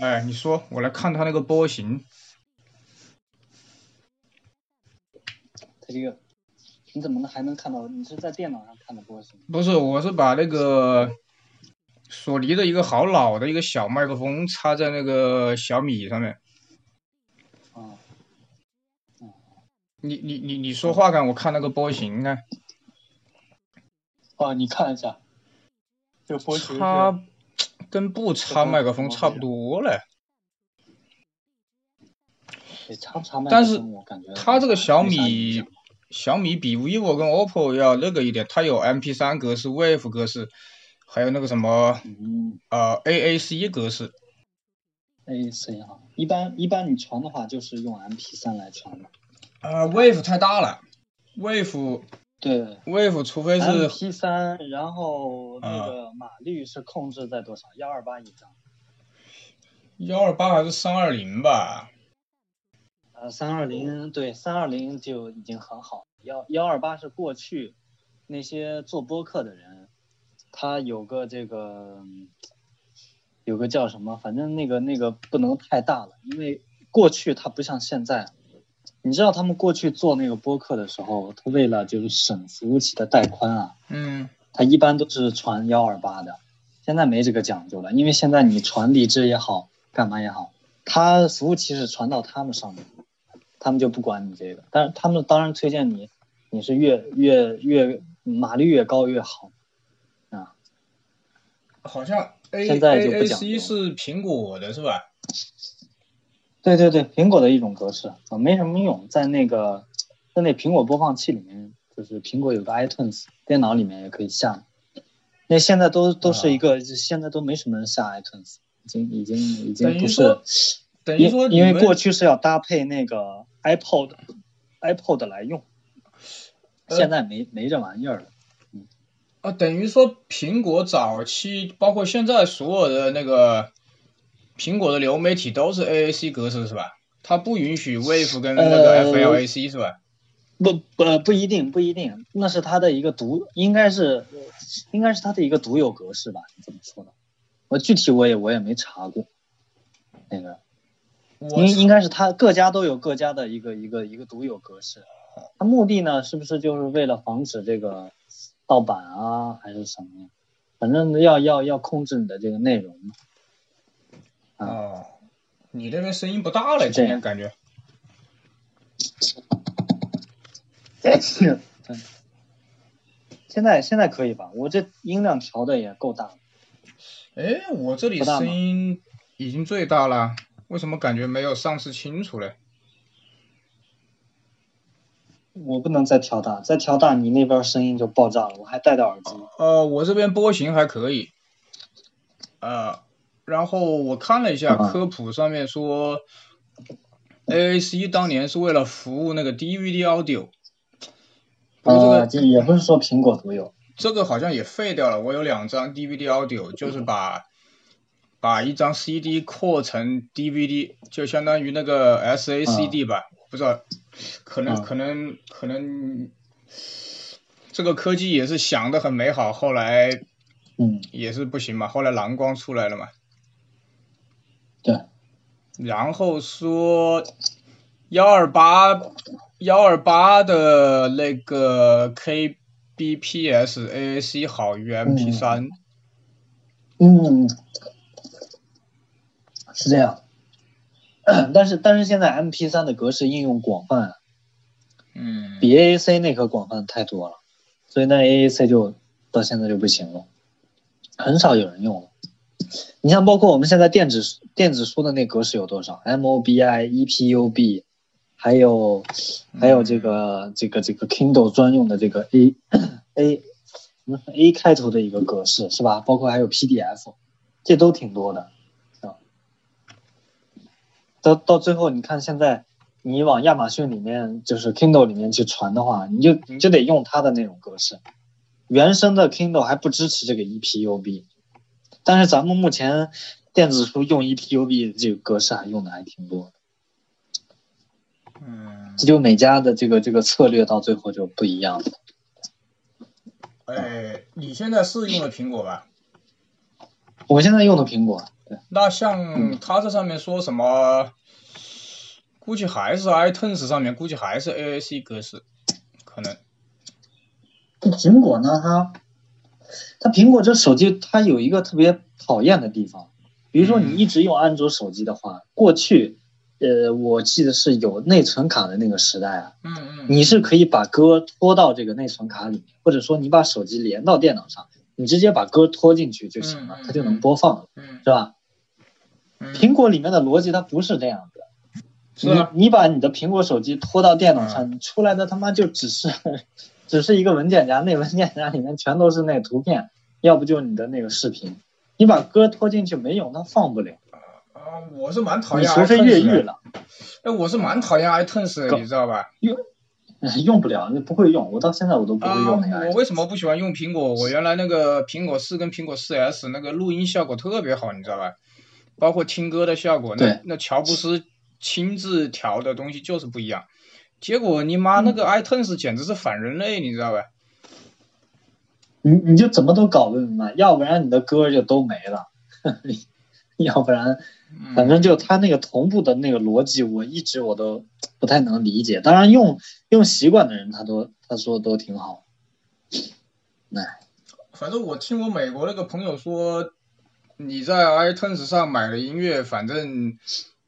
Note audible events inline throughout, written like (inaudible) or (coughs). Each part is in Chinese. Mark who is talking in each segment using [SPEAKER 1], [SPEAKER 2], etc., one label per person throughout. [SPEAKER 1] 哎，你说，我来看它那个波形，
[SPEAKER 2] 它这个你怎么能还能看到？你是在电脑上看的波形？
[SPEAKER 1] 不是，我是把那个索尼的一个好老的一个小麦克风插在那个小米上面。
[SPEAKER 2] 啊、
[SPEAKER 1] 你你你你说话看，我看那个波形，你看
[SPEAKER 2] 哦，你看一下，这个波形是
[SPEAKER 1] 插跟不插麦克风差不多嘞。
[SPEAKER 2] 也差不差麦克风
[SPEAKER 1] 但是
[SPEAKER 2] 我感觉
[SPEAKER 1] 它这个小
[SPEAKER 2] 没啥影
[SPEAKER 1] 米
[SPEAKER 2] 响，
[SPEAKER 1] 小米比 vivo 跟 oppo 要那个一点，它有 MP3 格式、WAV 格式，还有那个什么
[SPEAKER 2] 嗯
[SPEAKER 1] 呃 AAC 格式。
[SPEAKER 2] ，A C 哈，一般一般你传的话就是用 M P 3来传的，
[SPEAKER 1] 呃，wave 太大了，wave
[SPEAKER 2] 对
[SPEAKER 1] wave 除非
[SPEAKER 2] ，M
[SPEAKER 1] 是啊
[SPEAKER 2] P 3然后那个码率是控制在多少？幺二八一张，
[SPEAKER 1] 幺二八还是三二零吧，
[SPEAKER 2] 呃，三二零对，三二零就已经很好，幺幺二八是过去那些做播客的人，他有个这个嗯有个叫什么，反正那个那个不能太大了，因为过去它不像现在。你知道他们过去做那个播客的时候，他为了就是省服务器的带宽啊，
[SPEAKER 1] 嗯，
[SPEAKER 2] 它一般都是传幺二八的，现在没这个讲究了，因为现在你传荔枝也好，干嘛也好，它服务器是传到他们上面，他们就不管你这个，但是他们当然推荐你，你是越越越码率越高越好。
[SPEAKER 1] 好像 A
[SPEAKER 2] 现在就不讲究
[SPEAKER 1] AAC 是苹果的是吧？
[SPEAKER 2] 对对对，苹果的一种格式啊，没什么用，在那个在那苹果播放器里面，就是苹果有个 iTunes，电脑里面也可以下。那现在都都是一个，现在都没什么人下 iTunes，已经已经
[SPEAKER 1] 等
[SPEAKER 2] 已经
[SPEAKER 1] 于
[SPEAKER 2] 嗯不是
[SPEAKER 1] 说，等于
[SPEAKER 2] 因
[SPEAKER 1] 说你
[SPEAKER 2] 因为
[SPEAKER 1] 们
[SPEAKER 2] 过去是要搭配那个 iPod iPod 来用，
[SPEAKER 1] 呃
[SPEAKER 2] 现在没没这玩意儿了。
[SPEAKER 1] 啊、等于说苹果早期包括现在所有的那个苹果的流媒体都是 AAC 格式是吧？它不允许 wave 跟那个
[SPEAKER 2] 呃
[SPEAKER 1] FLAC 是吧？
[SPEAKER 2] 不不不一定不一定，那是它的一个独，应该是应该是它的一个独有格式吧？你怎么说呢？我具体我也我也没查过，那个
[SPEAKER 1] 我
[SPEAKER 2] 应应该是它各家都有各家的一个一个一个独有格式，它目的呢是不是就是为了防止这个盗版啊，还是什么呀？反正要要要控制你的这个内容嘛。
[SPEAKER 1] 哦，你那边声音不大了，
[SPEAKER 2] 是这
[SPEAKER 1] 今天
[SPEAKER 2] 样
[SPEAKER 1] 感觉。
[SPEAKER 2] (coughs) 现在现在可以吧？我这音量调的也够大了。
[SPEAKER 1] 哎，我这里
[SPEAKER 2] 不大吗
[SPEAKER 1] 声音已经最大了，为什么感觉没有上次清楚嘞？
[SPEAKER 2] 我不能再调大，再调大你那边声音就爆炸了。我还戴着耳机，
[SPEAKER 1] 呃，我这边波形还可以，呃，然后我看了一下
[SPEAKER 2] 啊
[SPEAKER 1] 科普上面说，AAC 当年是为了服务那个 DVD audio，不过这个、
[SPEAKER 2] 啊，这也不是说苹果独有，
[SPEAKER 1] 这个好像也废掉了。我有两张 DVD audio，就是把把一张 CD 扩成 DVD，就相当于那个 SACD 吧，不知道，可能、
[SPEAKER 2] 嗯
[SPEAKER 1] 可能可能这个科技也是想的很美好，后来
[SPEAKER 2] 嗯，
[SPEAKER 1] 也是不行嘛，后来蓝光出来了嘛，
[SPEAKER 2] 对，
[SPEAKER 1] 然后说幺二八幺二八的那个 KBPS AAC 好于 MP 三、
[SPEAKER 2] 嗯，是这样。 (coughs) 但是但是现在 M P 3的格式应用广泛啊，
[SPEAKER 1] 嗯，
[SPEAKER 2] 比 A A C 那可广泛太多了，所以那 A A C 就到现在就不行了，很少有人用了。你像包括我们现在电子书电子书的那格式有多少？M O B I E P U B，还有还有这个、这个这个 Kindle 专用的这个 A (coughs) A 什么 A 开头的一个格式是吧？包括还有 P D F，这都挺多的，是吧？到到最后，你看现在你往亚马逊里面，就是 Kindle 里面去传的话，你就你就得用它的那种格式。原生的 Kindle 还不支持这个 E EPUB，但是咱们目前电子书用 EPUB 这个格式还用的还挺多的。
[SPEAKER 1] 嗯，
[SPEAKER 2] 这就每家的这个这个策略到最后就不一样了。
[SPEAKER 1] 哎，你现在是用的苹果吧？
[SPEAKER 2] 我现在用的苹果，对，
[SPEAKER 1] 那像它这上面说什么，估计还是 iTunes 上面，估计还是 AAC 格式，可能。
[SPEAKER 2] 这苹果呢，它它苹果这手机它有一个特别讨厌的地方，比如说你一直用安卓手机的话，过去，呃，我记得是有内存卡的那个时代啊，
[SPEAKER 1] 嗯嗯。
[SPEAKER 2] 你是可以把歌拖到这个内存卡里面，或者说你把手机连到电脑上，你直接把歌拖进去就行了
[SPEAKER 1] 嗯嗯，
[SPEAKER 2] 它就能播放了，
[SPEAKER 1] 嗯
[SPEAKER 2] 是吧？
[SPEAKER 1] 嗯
[SPEAKER 2] 苹果里面的逻辑它不是这样的。
[SPEAKER 1] 是啊嗯
[SPEAKER 2] 你你把你的苹果手机拖到电脑上，你出来的他妈就只是， (laughs) 只是一个文件夹，那文件夹里面全都是那图片，要不就你的那个视频。你把歌拖进去没用，它放不了，
[SPEAKER 1] 啊，我是蛮讨
[SPEAKER 2] 你
[SPEAKER 1] 厌
[SPEAKER 2] 除非越
[SPEAKER 1] iTunes
[SPEAKER 2] 狱
[SPEAKER 1] 的。
[SPEAKER 2] 了， (laughs)
[SPEAKER 1] 哎，我是蛮讨厌 iTunes 的，
[SPEAKER 2] 搞
[SPEAKER 1] 你知道吧？
[SPEAKER 2] 用不了，你不会用。我到现在我都不
[SPEAKER 1] 啊，
[SPEAKER 2] 会用那个
[SPEAKER 1] 我
[SPEAKER 2] iPhone。
[SPEAKER 1] 为什么不喜欢用苹果？我原来那个苹果四跟苹果四 S 那个录音效果特别好，你知道吧？包括听歌的效果，那
[SPEAKER 2] 对
[SPEAKER 1] 那乔布斯亲自调的东西就是不一样。结果你妈那个
[SPEAKER 2] 嗯
[SPEAKER 1] iTunes 简直是反人类，你知道吧？
[SPEAKER 2] 你你就怎么都搞不明白，要不然你的歌就都没了， (laughs) 要不然反正就它那个同步的那个逻辑，我一直我都不太能理解。当然用用习惯的人，他都他说都挺好。
[SPEAKER 1] 反正我听我美国那个朋友说，你在 iTunes 上买的音乐，反正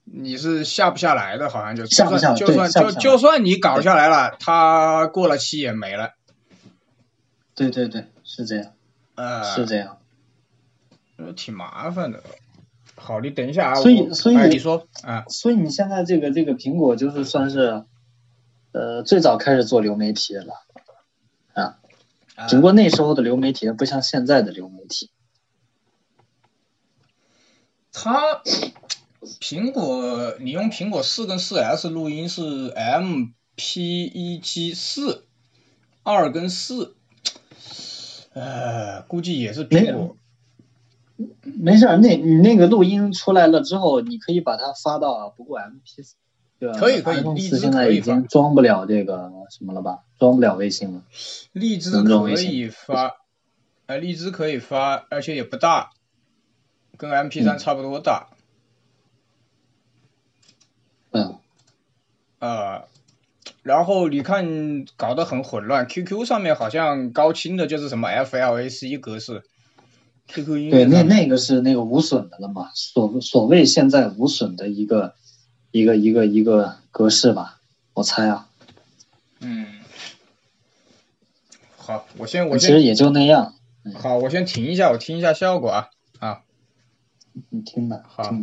[SPEAKER 1] 你是下不下来的，好像就
[SPEAKER 2] 下不下来
[SPEAKER 1] 就算
[SPEAKER 2] 对下
[SPEAKER 1] 就
[SPEAKER 2] 不下来
[SPEAKER 1] 就算你搞下来了，它过了期也没了。
[SPEAKER 2] 对对对，是这样，
[SPEAKER 1] 呃，
[SPEAKER 2] 是这样。
[SPEAKER 1] 哎挺麻烦的。好，你等一下啊，
[SPEAKER 2] 所以
[SPEAKER 1] 我
[SPEAKER 2] 所以
[SPEAKER 1] 哎、你说啊，
[SPEAKER 2] 所以你现在这个这个苹果就是算是，呃，最早开始做流媒体了，
[SPEAKER 1] 啊
[SPEAKER 2] 只不过那时候的流媒体不像现在的流媒体。
[SPEAKER 1] 它苹果，你用苹果四跟四 S 录音是 M P E G 四，二跟四，呃，估计也是苹果
[SPEAKER 2] 没有。没事儿，那你那个录音出来了之后，你可以把它发到啊，不过 MP 对吧？
[SPEAKER 1] 可以可以
[SPEAKER 2] iPhone
[SPEAKER 1] 荔
[SPEAKER 2] 四
[SPEAKER 1] 枝
[SPEAKER 2] 现在
[SPEAKER 1] 可以
[SPEAKER 2] 已经
[SPEAKER 1] 发
[SPEAKER 2] 装不了这个什么了吧？装不了微信了。
[SPEAKER 1] 荔枝
[SPEAKER 2] 能装
[SPEAKER 1] 可
[SPEAKER 2] 微信
[SPEAKER 1] 以发，呃，荔枝可以发，而且也不大，跟 M P 三
[SPEAKER 2] 嗯
[SPEAKER 1] 差不多大。
[SPEAKER 2] 嗯，
[SPEAKER 1] 呃，然后你看搞得很混乱，QQ 上面好像高清的就是什么 FLAC 格式，QQ 音乐
[SPEAKER 2] 对，那
[SPEAKER 1] 上面
[SPEAKER 2] 那个是那个无损的了嘛？所所谓现在无损的一个一个一个一个格式吧，我猜啊，
[SPEAKER 1] 嗯，好，我先我
[SPEAKER 2] 其实
[SPEAKER 1] 先
[SPEAKER 2] 也就那样。
[SPEAKER 1] 好，我先停一下，我听一下效果啊啊，
[SPEAKER 2] 你听吧，
[SPEAKER 1] 好
[SPEAKER 2] 听吧